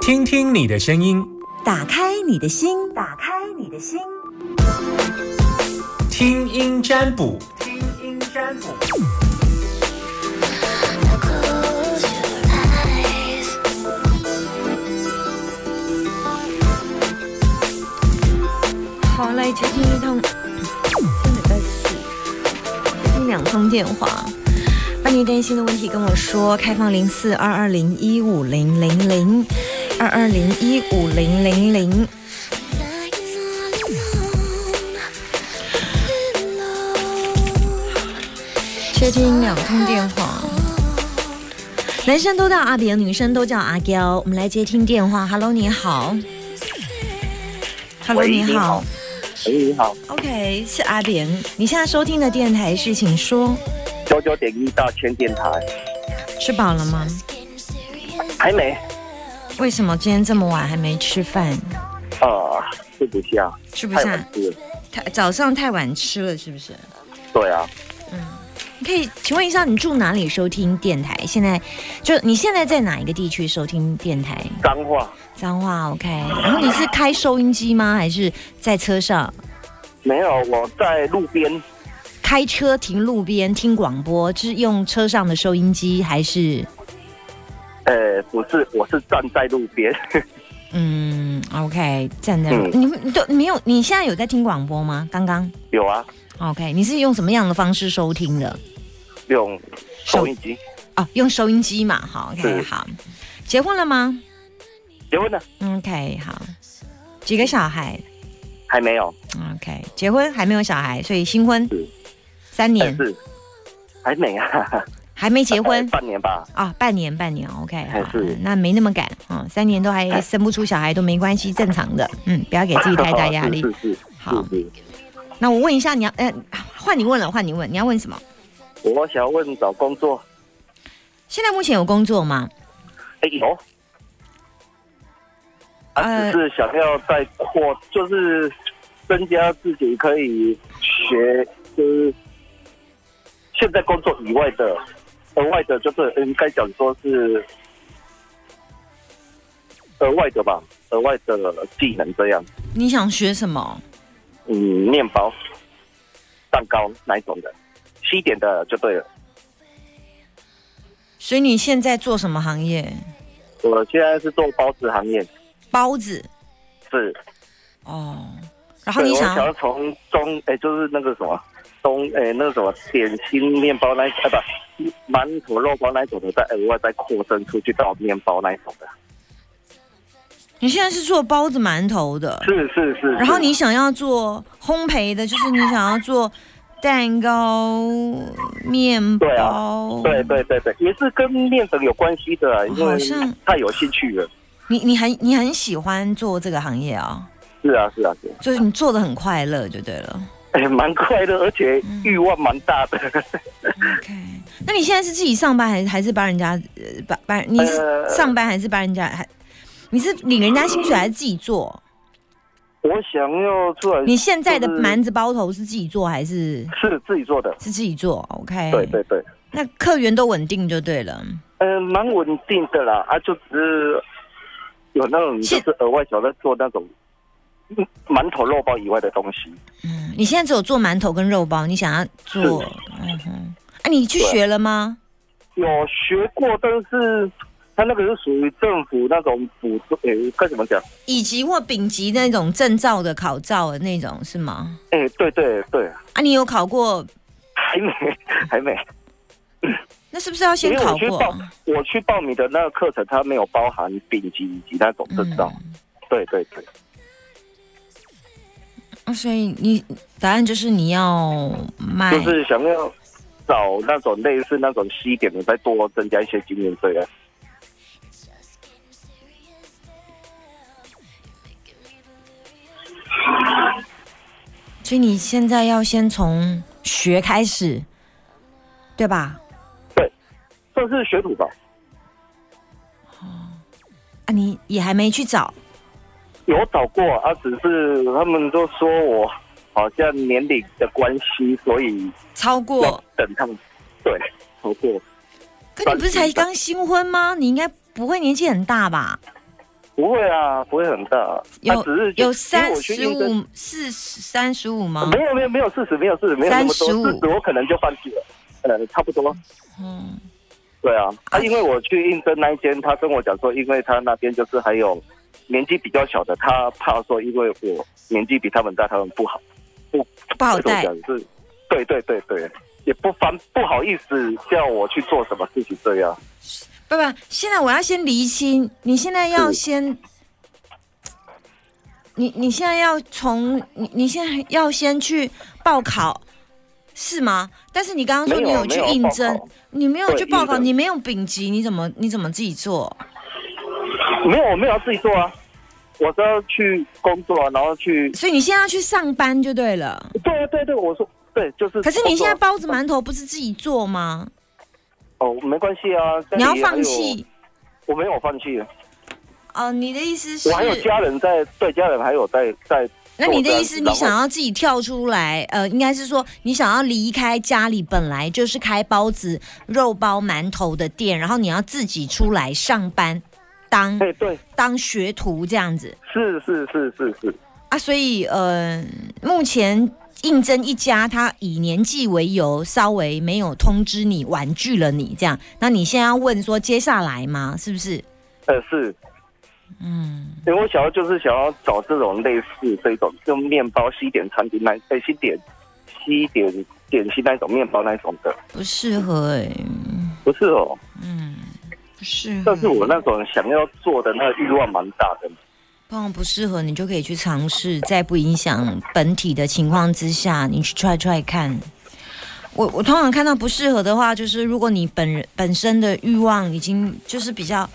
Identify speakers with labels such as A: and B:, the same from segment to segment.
A: 听听你的声音，
B: 打开你的心，打开你的心，
A: 听音占卜，
B: 好，来接听一通，真的在试，接听两通电话，把你担心的问题跟我说，开放零四二二零一五零零零二二零一五零零零。接听两通电话，男生都叫阿扁，女生都叫阿娇。我们来接听电话。Hello，你好。Hello，
C: 喂
B: 你
C: 你
B: 好
C: 好。喂，你好，
B: OK，是阿扁。你现在收听的电台是，请说。
C: 九九点一大千电台，
B: 吃饱了吗？
C: 还没，
B: 为什么今天这么晚还没吃饭？
C: 呃，吃不下，
B: 吃不
C: 太
B: 下
C: 晚，吃了，
B: 太早上太晚吃了，是不是？
C: 对啊，
B: 你可以请问一下，你住哪里收听电台？现在就你现在在哪一个地区收听电台？
C: 脏话
B: 脏话 OK。然后你是开收音机吗？还是在车上
C: 没有，我在路边，
B: 开车停路边听广播？是用车上的收音机还是？
C: 呃，不是，我是站在路边，
B: 嗯，OK，站在、
C: 嗯
B: 你你都没有？你现在有在听广播吗？刚刚
C: 有啊，
B: OK，你是用什么样的方式收听的？
C: 用
B: 手
C: 收音机，
B: 哦，用收音机嘛。好，OK，
C: 是
B: 好。结婚了吗
C: 结婚了
B: ？OK，好。几个小孩
C: 还没有，
B: ？OK，结婚还没有小孩，所以新婚
C: 是
B: 三
C: 但
B: 年，
C: 是还没啊，
B: 还没结婚
C: 大概半年吧，
B: 啊、半年半年，OK，
C: 还
B: 好
C: 是，
B: 那没那么赶啊、嗯三年都还生不出小孩都没关系，正常的，嗯，不要给自己太大压力
C: 是。是是
B: 好
C: 是是，
B: 那我问一下，你要，呃，换你问了，换你问，你要问什么？
C: 我想要问找工作，
B: 现在目前有工作吗？
C: 哎、有。啊，
B: 呃
C: 只啊是想要再扩，就是增加自己可以学，就是现在工作以外的，额外的，就是应该讲说是额外的吧，额外的技能这样，
B: 你想学什么？
C: 嗯，面包、蛋糕哪一种的，西点的就对了。
B: 所以你现在做什么行业？
C: 我现在是做包子行业，
B: 包子
C: 是，
B: 哦。然后
C: 对，
B: 你
C: 我
B: 想
C: 想
B: 要
C: 要从中，哎、就是那个什么中，哎、那个什么点心面包那一，啊不，馒头肉包那一种的，再额外再扩增出去到面包那一种的。
B: 你现在是做包子馒头的，
C: 是是是。
B: 然后
C: 是
B: 你想要做烘焙的，就是你想要做蛋糕、面
C: 对啊
B: 包。
C: 对对对对，也是跟面粉有关系的，啊因
B: 好
C: 为
B: 像
C: 太有兴趣了。
B: 你你很你很喜欢做这个行业啊、
C: 是啊是啊是啊，
B: 就是你做的很快乐就对了。
C: 哎、蛮快乐，而且欲望蛮大的。 嗯
B: OK，那你现在是自己上班还是还是帮人家呃帮帮你是
C: 呃
B: 上班还是帮人家还你是领人家薪水还是自己做？
C: 嗯我想要出来，
B: 你现在的
C: 就是
B: 蛮子包头是自己做还是
C: 是自己做的。
B: 是自己做？OK，
C: 对对对，
B: 那客源都稳定就对了。
C: 嗯、蛮稳定的啦，啊，就只是有那种
B: 是
C: 就是额外小在做那种嗯馒头肉包以外的东西。
B: 嗯，你现在只有做馒头跟肉包，你想要做，嗯哼，啊，你去
C: 对
B: 学了吗？
C: 有学过，但是它那个是属于政府那种补助，诶、该怎么讲？
B: 乙级或丙级那种证照的考照的那种是吗？
C: 诶、对对对，
B: 啊，你有考过？
C: 还没还没，
B: 那是不是要
C: 因
B: 先
C: 为
B: 嗯考
C: 我去
B: 过？
C: 报我去报名的那个课程，它没有包含丙级以及那种证照。
B: 嗯
C: 对对对，
B: 啊，所以你答案就是你要卖，
C: 就是想要找那种类似那种西点的，再多增加一些经验啊这样。
B: 所以你现在要先从学开始，对吧？
C: 算是学徒吧。
B: 啊，你也还没去找，
C: 有找过啊，只是他们都说我好像年龄的关系，所以
B: 超
C: 要
B: 过，
C: 等他们对超过。
B: 可你不是才刚新婚吗？你应该不会年纪很大吧？
C: 不会啊，不会很大，
B: 有
C: 啊只是
B: 有
C: 其实
B: 三
C: 我去
B: 十
C: 应征
B: 五、四十、三十五吗？
C: 没有没有没有四十，没有四十，没有那么多，
B: 35
C: 四十我可能就放弃了。呃，差不多，
B: 嗯，
C: 对啊。他、因为我去应征那一间，他跟我讲说，因为他那边就是还有年纪比较小的，他怕说因为我年纪比他们大，他们不好，
B: 不好
C: 这种
B: 带。
C: 讲是，对对对对，也不方不好意思叫我去做什么事情这样。
B: 爸爸，现在我要先厘清，你现在要先，
C: 嗯
B: 你你现在要从你你现在要先去报考，是吗？但是你刚刚说你
C: 没有
B: 去
C: 没有
B: 应
C: 报
B: 征
C: 考，
B: 你没有去
C: 对
B: 报
C: 应
B: 考，
C: 征
B: 你没有丙级，你怎么你怎么自己做？
C: 没有，我没有要自己做啊，我是要去工作啊，然后去，
B: 所以你现在要去上班就对了。
C: 对对对，我说对，就是工作啊。
B: 可是你现在包子馒头不是自己做吗？
C: 哦，没关系啊，
B: 你
C: 家里
B: 要
C: 还有
B: 放弃？
C: 我没有放弃。啊
B: 哦？你的意思是
C: 我还有家人在，对家人还有在在。
B: 那你的意思，你想
C: 要
B: 要自己跳出来？呃，应该是说你想要离开家里本来就是开包子、肉包、馒头的店，然后你要自己出来上班，当
C: 对对，
B: 当学徒这样子
C: 是是是是是，
B: 啊。所以呃，目前应征一家，他以年纪为由，稍微没有通知你，婉拒了你这样。那你现在要问说接下来吗？是不是？
C: 呃是，
B: 嗯，
C: 因为我想要就是想要找这种类似这种用面包西点餐厅那呃西点西点点心那种面包那种的，
B: 不适合哎、
C: 不是哦，
B: 嗯，不适合。
C: 但是我那种想要做的那个欲望蛮大的。
B: 碰不适合你就可以去尝试，在不影响本体的情况之下，你去 try try 看。我我通常看到不适合的话，就是如果你本人本身的欲望已经就是比较，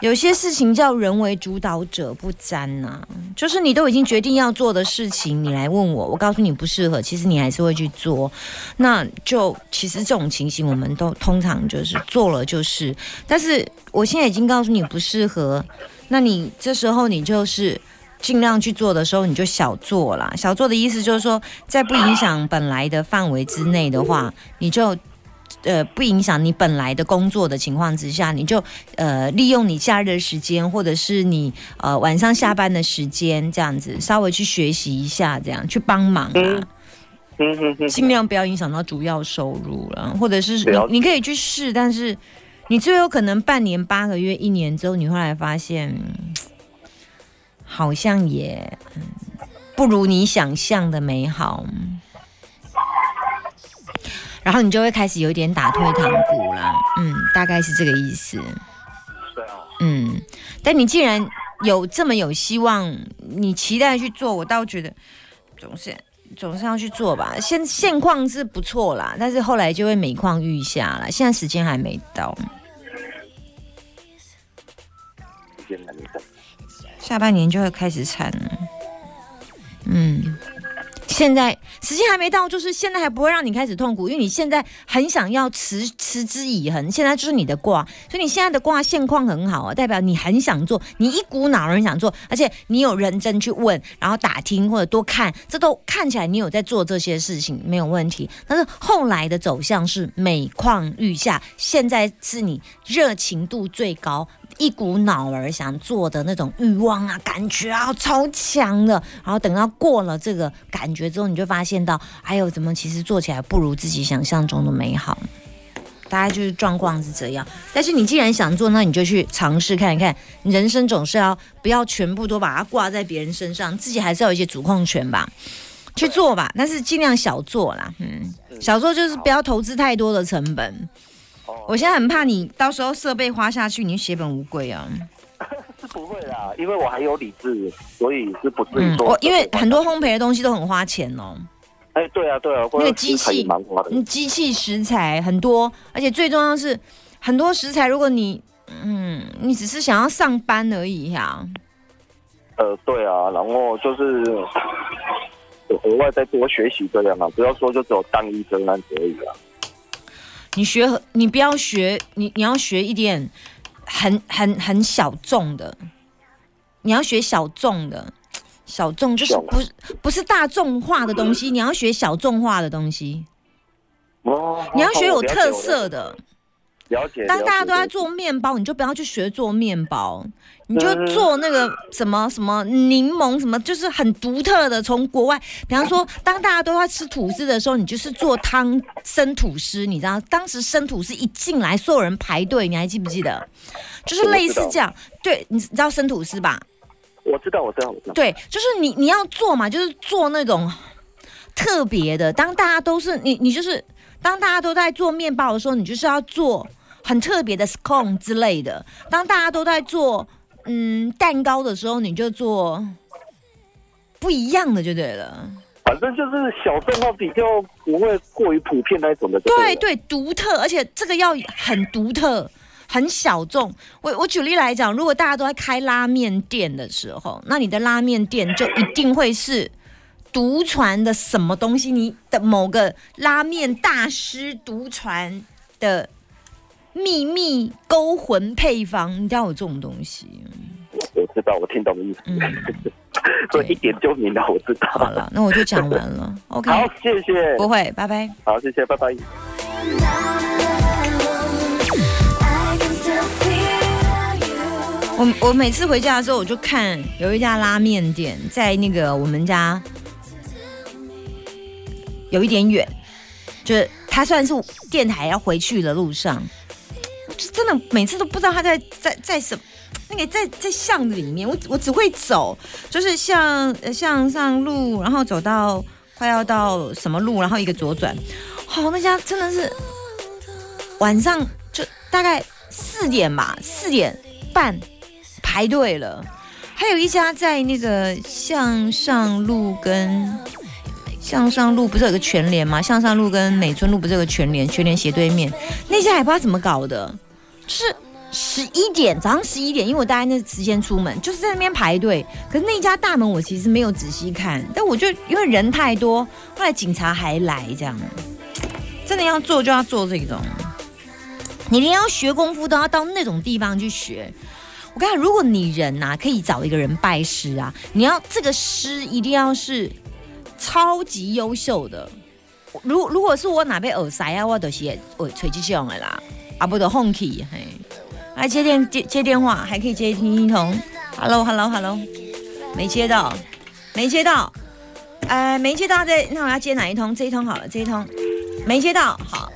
B: 有些事情叫人为主导者不沾呐、啊就是你都已经决定要做的事情，你来问我，我告诉你不适合，其实你还是会去做。那就其实这种情形，我们都通常就是做了就是，但是我现在已经告诉你不适合，那你这时候你就是尽量去做的时候，你就小做啦。小做的意思就是说，在不影响本来的范围之内的话，你就。呃，不影响你本来的工作的情况之下，你就呃利用你假日的时间，或者是你呃晚上下班的时间，这样子稍微去学习一下，这样去帮忙啊。
C: 嗯嗯哼 哼，
B: 尽量不要影响到主要收入了，或者是你
C: 了解
B: 你可以去试，但是你最有可能半年、八个月、一年之后，你会来发现，嗯好像也嗯不如你想象的美好。然后你就会开始有点打退堂鼓啦，嗯，大概是这个意思。
C: 对啊，
B: 嗯，但你既然有这么有希望，你期待去做，我倒觉得总是总是要去做吧。现现况是不错啦，但是后来就会每况愈下啦。现在时间还没到，
C: 时间来的。
B: 下半年就会开始产了。嗯，现在时间还没到，就是现在还不会让你开始痛苦，因为你现在很想要持持之以恒，现在就是你的卦，所以你现在的卦现况很好啊，代表你很想做，你一股脑儿很想做，而且你有认真去问，然后打听或者多看，这都看起来你有在做这些事情，没有问题。但是后来的走向是每况愈下，现在是你热情度最高。一股脑儿想做的那种欲望啊，感觉啊超强的，然后等到过了这个感觉之后，你就发现到，哎呦，怎么其实做起来不如自己想象中的美好。大概就是状况是这样。但是你既然想做，那你就去尝试看一看。人生总是要不要全部都把它挂在别人身上，自己还是要有一些主控权吧。去做吧，但是尽量小做啦。嗯，小做就是不要投资太多的成本。我现在很怕你到时候设备花下去，你血本无归啊。
C: 是不会啦，因为我还有理智，所以是不至于
B: 嗯，
C: 说。
B: 我因为很多烘焙的东西都很花钱哦。
C: 哎，对啊，对啊，
B: 那个机器
C: 我也是蛮花的。
B: 嗯，机器食材很多，而且最重要的是很多食材，如果你嗯，你只是想要上班而已啊呀、
C: 呃，对啊，然后就是有额外再多学习这样啊，不要说就只有当医生那样子而已啊。
B: 你学和你不要学，你你要学一点很很很小众的，你要学小众的，小众就是
C: 小
B: 不是不是大众化的东西，你要学小众化的东西，
C: 哦，
B: 你要学有特
C: 好
B: 色，的。
C: 了解。
B: 当大家都在
C: 了解
B: 做面包，你就不要去学做面包，你就
C: 嗯
B: 做那个什么什么柠檬什么，就是很独特的。从国外，比方说，当大家都在吃吐司的时候，你就是做汤生吐司，你知道，当时生吐司一进来，所有人排队，你还记不记得？就是类似这样，对，你知道生吐司吧？
C: 我知道，我知道，我知道。
B: 对，就是你你要做嘛，就是做那种特别的。当大家都是你你就是当大家都在做面包的时候，你就是要做很特别的 scone 之类的。当大家都在做嗯蛋糕的时候，你就做不一样的就对了。
C: 反正就是小众到比较不会过于普遍那一种的就
B: 对
C: 了。
B: 对，独特，而且这个要很独特。很小众，我我举例来讲，如果大家都在开拉面店的时候，那你的拉面店就一定会是独传的什么东西，你的某个拉面大师独传的秘密勾魂配方，你一定要有这种东西。
C: 我知道，我听懂的意思，
B: 嗯，
C: 所以一点就明了，我知道。
B: 好了，那我就讲完了。OK，哦
C: 好，谢谢，
B: 不会，拜拜。
C: 好，谢谢，拜拜。
D: I can still feel you.
B: 我我每次回家的时候，我就看有一家拉面店在那个我们家有一点远，就是它算是电台要回去的路上，我就真的每次都不知道它在在在什么。那个在在巷子里面，我我只会走，就是像呃向上路，然后走到快要到什么路，然后一个左转。好、那家真的是晚上就大概四点吧，四点半排队了。还有一家在那个向上路跟向上路不是有个全联吗？向上路跟美村路不是有个全联？全联斜对面那家也不知道怎么搞的，就是十一点早上十一点，因为我大概那时间出门，就是在那边排队。可是那家大门我其实没有仔细看，但我就因为人太多，后来警察还来这样。真的要做就要做这种，你连要学功夫都要到那种地方去学。我跟你讲，如果你人呐、可以找一个人拜师啊，你要这个师一定要是超级优秀的。如如果是我哪边耳塞啊，我都是我吹这种的啦，啊不得哄起嘿。来接电接接电话，还可以接听听筒。Hello Hello Hello，没接到，没接到，呃，没接到这，那我要接哪一通？这一通好了，这一通没接到，好，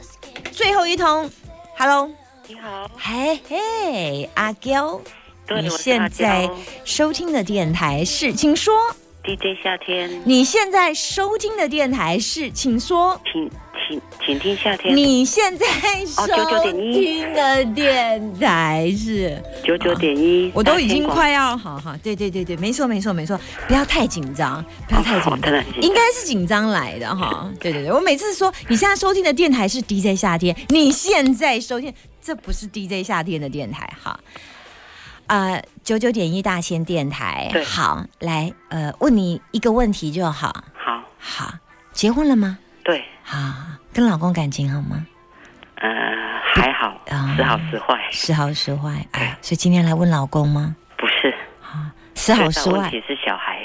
B: 最后一通，Hello。
E: 你好，
B: 嘿嘿，阿娇，
E: 对
B: 你
E: 我是
B: 现
E: 阿
B: 在
E: 娇
B: 收听的电台是，请说。
E: DJ 夏天，
B: 你现在收听的电台是，请说。
E: 请请请听夏天
B: 你现在收
E: 哦99.1
B: 听的电台是，
E: 九九点一，
B: 啊我都已经
E: 大
B: 快要，好好，对对对对，没错没错没错，不要太紧张，不要太紧
E: 哦
B: 张
E: 当然紧，张
B: 应该是紧张来的哈。对对对，我每次说你现在收听的电台是 DJ 夏天，你现在收听这不是 DJ 夏天的电台哈。呃，九九点一大千电台
E: 对，
B: 好，来，呃，问你一个问题就好，
E: 天空好，
B: 好，结婚了吗？
E: 对，
B: 好，跟老公感情好吗？
E: 呃，还好
B: 啊，
E: 时好时坏，
B: 时好时坏，哎呀，所以今天来问老公吗？
E: 不是，
B: 时好时
E: 最大
B: 坏
E: 问，题是小孩，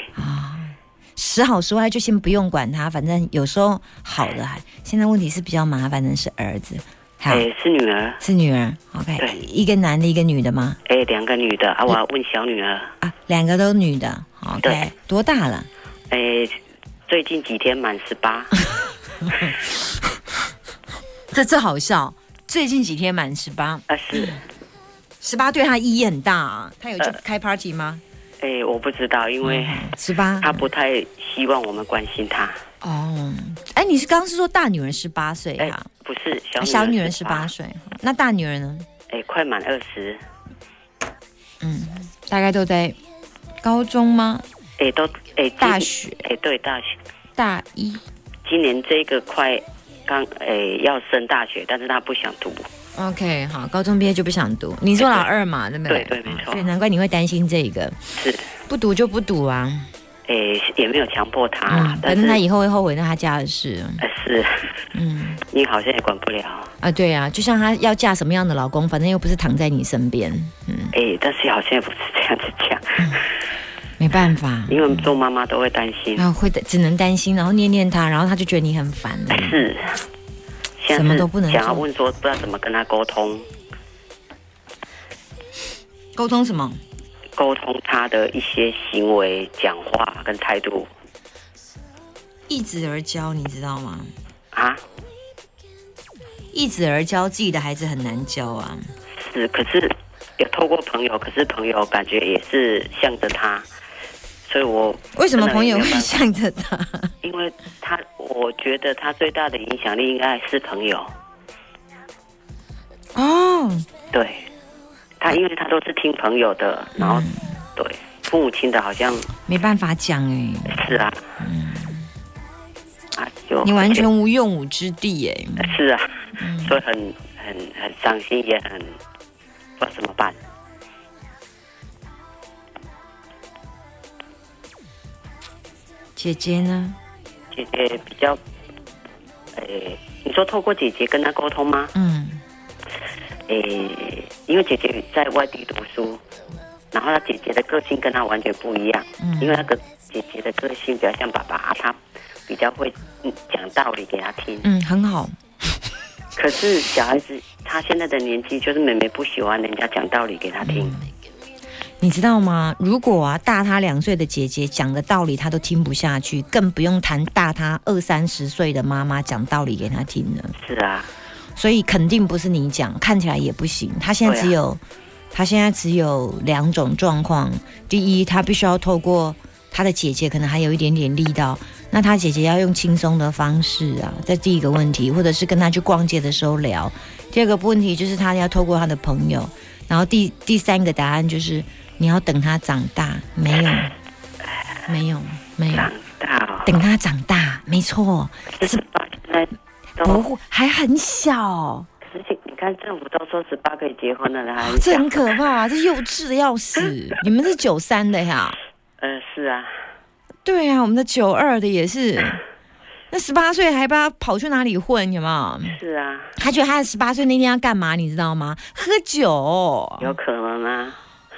B: 时好时坏就先不用管他，反正有时候好的还。现在问题是比较麻烦的是儿子，还有、
E: 哎，是女儿，
B: 是女儿。OK，
E: 对
B: 一个男的，一个女的吗？
E: 哎，两个女的啊，我要问小女儿，
B: 啊，两个都女的。OK，
E: 对
B: 多大了？
E: 哎，最近几天满 十八，
B: 这这好笑。最近几天满十八，
E: 二十，
B: 十八对他意义很大啊。他有去
E: 呃
B: 开 party 吗？
E: 哎，我不知道，因为
B: 十八
E: 她不太希望我们关心她，
B: 哦，哎，你是刚刚是说大女人十八岁
E: 哎
B: 啊？，
E: 不是小
B: 啊小女
E: 女
B: 人十八，岁，那大女人呢？
E: 哎，快满二十，
B: 大概都在高中吗？
E: 哎，都哎
B: 大，学
E: 今哎，对大学。
B: 大一。
E: 今年这个快刚诶、要升大学，但是他不想读。
B: OK，好，高中毕业就不想读。你说老二嘛，对不对？
E: 对对没错
B: 对，难怪你会担心这个，
E: 是
B: 不读就不读啊。
E: 诶、也没有强迫他啦，
B: 嗯，
E: 啊但
B: 反
E: 是
B: 正他以后会后悔那他家的事。
E: 呃是
B: 嗯，
E: 你好像也管不了。
B: 啊，对啊，就像他要嫁什么样的老公，反正又不是躺在你身边，嗯
E: 诶、但是好像也不是这样子讲，
B: 没办法。
E: 因为做妈妈都会担心
B: 然。后会只能担心，然后念念他，然后他就 觉得你很烦了。
E: 是，现在
B: 嗯什么都不能
E: 是想要
B: 做
E: 问说不知道怎么跟他沟通。
B: 沟通什么？
E: 沟通他的一些行为、讲话跟态度
B: 一子而教，你知道吗？
E: 啊，
B: 一子而教自己的孩子很难教啊。
E: 是，可是有透过朋友，可是朋友感觉也是向着他，所以我
B: 为什么朋友会
E: 真的也没有办法
B: 向着他？
E: 因为他，我觉得他最大的影响力应该是朋友，
B: 哦，
E: 对，他因为他都是听朋友的，然后、
B: 嗯
E: 对父母亲的好像
B: 没办法讲哎、
E: 是啊，啊就
B: 嗯你完全无嗯用武之地哎、
E: 是啊，所以很很很伤心，也很不知道怎么办。
B: 姐姐呢？
E: 姐姐比较，诶、你说透过姐姐跟她沟通吗？
B: 嗯，
E: 诶、因为姐姐在外地读书，然后她姐姐的个性跟她完全不一样，
B: 嗯
E: 因为那个姐姐的个性比较像爸爸，啊、她比较会嗯讲道理给她听。
B: 嗯，很好。
E: 可是小孩子她现在的年纪，就是妹妹不喜欢人家讲道理给她听。
B: 嗯你知道吗？如果啊大他两岁的姐姐讲的道理她都听不下去，更不用谈大他二三十岁的妈妈讲道理给她听了。
E: 是啊，
B: 所以肯定不是你讲，看起来也不行。他现在只有，他现在只有两种状况：第一，他必须要透过他的姐姐，可能还有一点点力道，那他姐姐要用轻松的方式啊，这第一个问题，或者是跟他去逛街的时候聊。第二个问题就是他要透过他的朋友，然后第第三个答案就是你要等他长大，没有，没有，没有，
E: 长大了，
B: 等他长大，没错，
E: 十八现在
B: 不
E: 都
B: 会还很小。
E: 十几，你看政府都说十八可以结婚了，然后还
B: 这很
E: 讲
B: 可怕，这幼稚的要 死。你们是九三的呀？
E: 呃，是啊，
B: 对啊，我们的九二的也是。那十八岁还不知道跑去哪里混，有没有？
E: 是啊，
B: 他觉得他十八岁那天要干嘛，你知道吗？喝酒，
E: 有可能啊，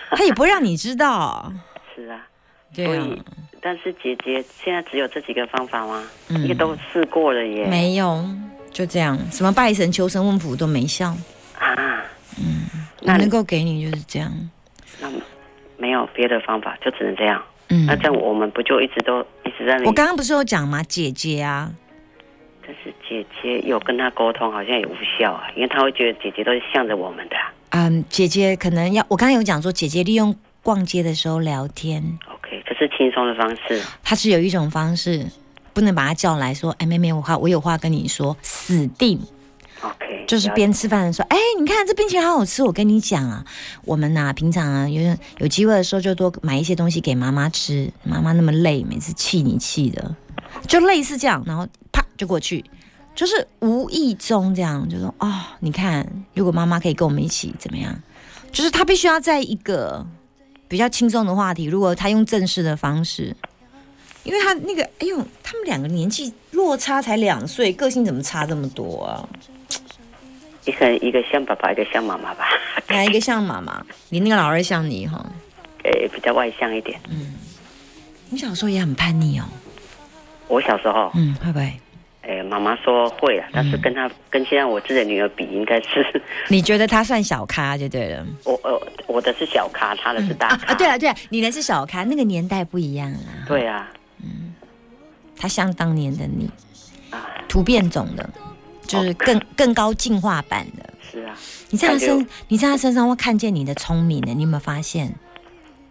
B: 他也不会让你知道。
E: 是啊。所
B: 对啊，
E: 以，但是姐姐现在只有这几个方法吗？也都试过了耶。
B: 嗯没有，就这样，什么拜神、求神问卜都没效。
E: 啊，
B: 嗯我
E: 那你
B: 能够给你就是这样。
E: 那没有别的方法，就只能这样。
B: 嗯
E: 那，这样我们不就一直都一直在那里？
B: 我刚刚不是有讲吗？姐姐啊，
E: 但是姐姐有跟她沟通，好像也无效啊，因为她会觉得姐姐都是向着我们的啊、
B: 嗯，姐姐可能要，我刚刚有讲说，姐姐利用逛街的时候聊天，
E: OK，这是轻松的方式。
B: 他是有一种方式，不能把他叫来说，哎，妹妹，我话我有话跟你说，死定。
E: OK，
B: 就是
E: 了解
B: 边吃饭的时候，哎、你看这冰淇淋好好吃，我跟你讲啊，我们呐、平常啊有有机会的时候就多买一些东西给妈妈吃，妈妈那么累，每次气你气的，就类似这样，然后啪就过去，就是无意中这样，就说哦，你看，如果妈妈可以跟我们一起怎么样，就是他必须要在一个比较轻松的话题，如果他用正式的方式。因为他那个，哎呦，他们两个年纪落差才两岁，个性怎么差这么多啊？
E: 一个一个像爸爸，一个像妈妈吧。
B: 哪一个像妈妈？你那个老二像你哈？
E: 诶，比较外向一点。
B: 你小时候也很叛逆哦。
E: 我小时候，
B: 嗯，会不会？
E: 诶，呃妈妈说
B: 嗯
E: 会了，但是跟她跟现在我自己的女儿比，应该是
B: 你觉得他算小咖就对了。
E: 我呃我的是小咖，她的是大
B: 啊
E: 咖。
B: 啊，对了对了，你的是小咖，那个年代不一样啦。
E: 对啊，
B: 他像当年的你
E: 啊，
B: 突变种的，就是更更高进化版的。
E: 是啊，
B: 你在他
E: 感
B: 身
E: 觉，
B: 你在他身上会看见你的聪明的，你有没有发现？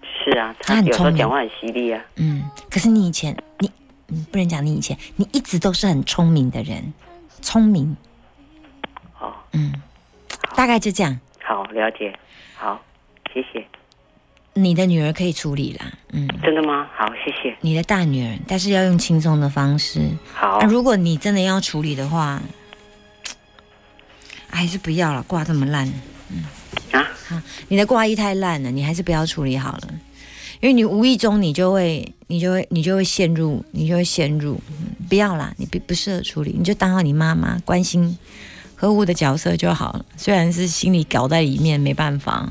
E: 是啊，
B: 她
E: 她
B: 很
E: 有时候
B: 聪明
E: 讲话很犀利啊。
B: 嗯，可是你以前，你嗯不能讲你以前，你一直都是很聪明的人，聪明，嗯
E: 哦，
B: 大概就这样。
E: 好，了解，好，谢谢。
B: 你的女儿可以处理啦，嗯。
E: 真的吗？好，谢谢。
B: 你的大女儿，但是要用轻松的方式。
E: 好
B: 啊，，如果你真的要处理的话，哎还是不要了，挂这么烂，
E: 啊，
B: 你的挂衣太烂了，你还是不要处理好了，因为你无意中你就会，你就会，你就会陷入，你就会陷入，嗯不要啦，你不不适合处理，你就当好你妈妈关心呵护的角色就好了，虽然是心里搞在里面，没办法，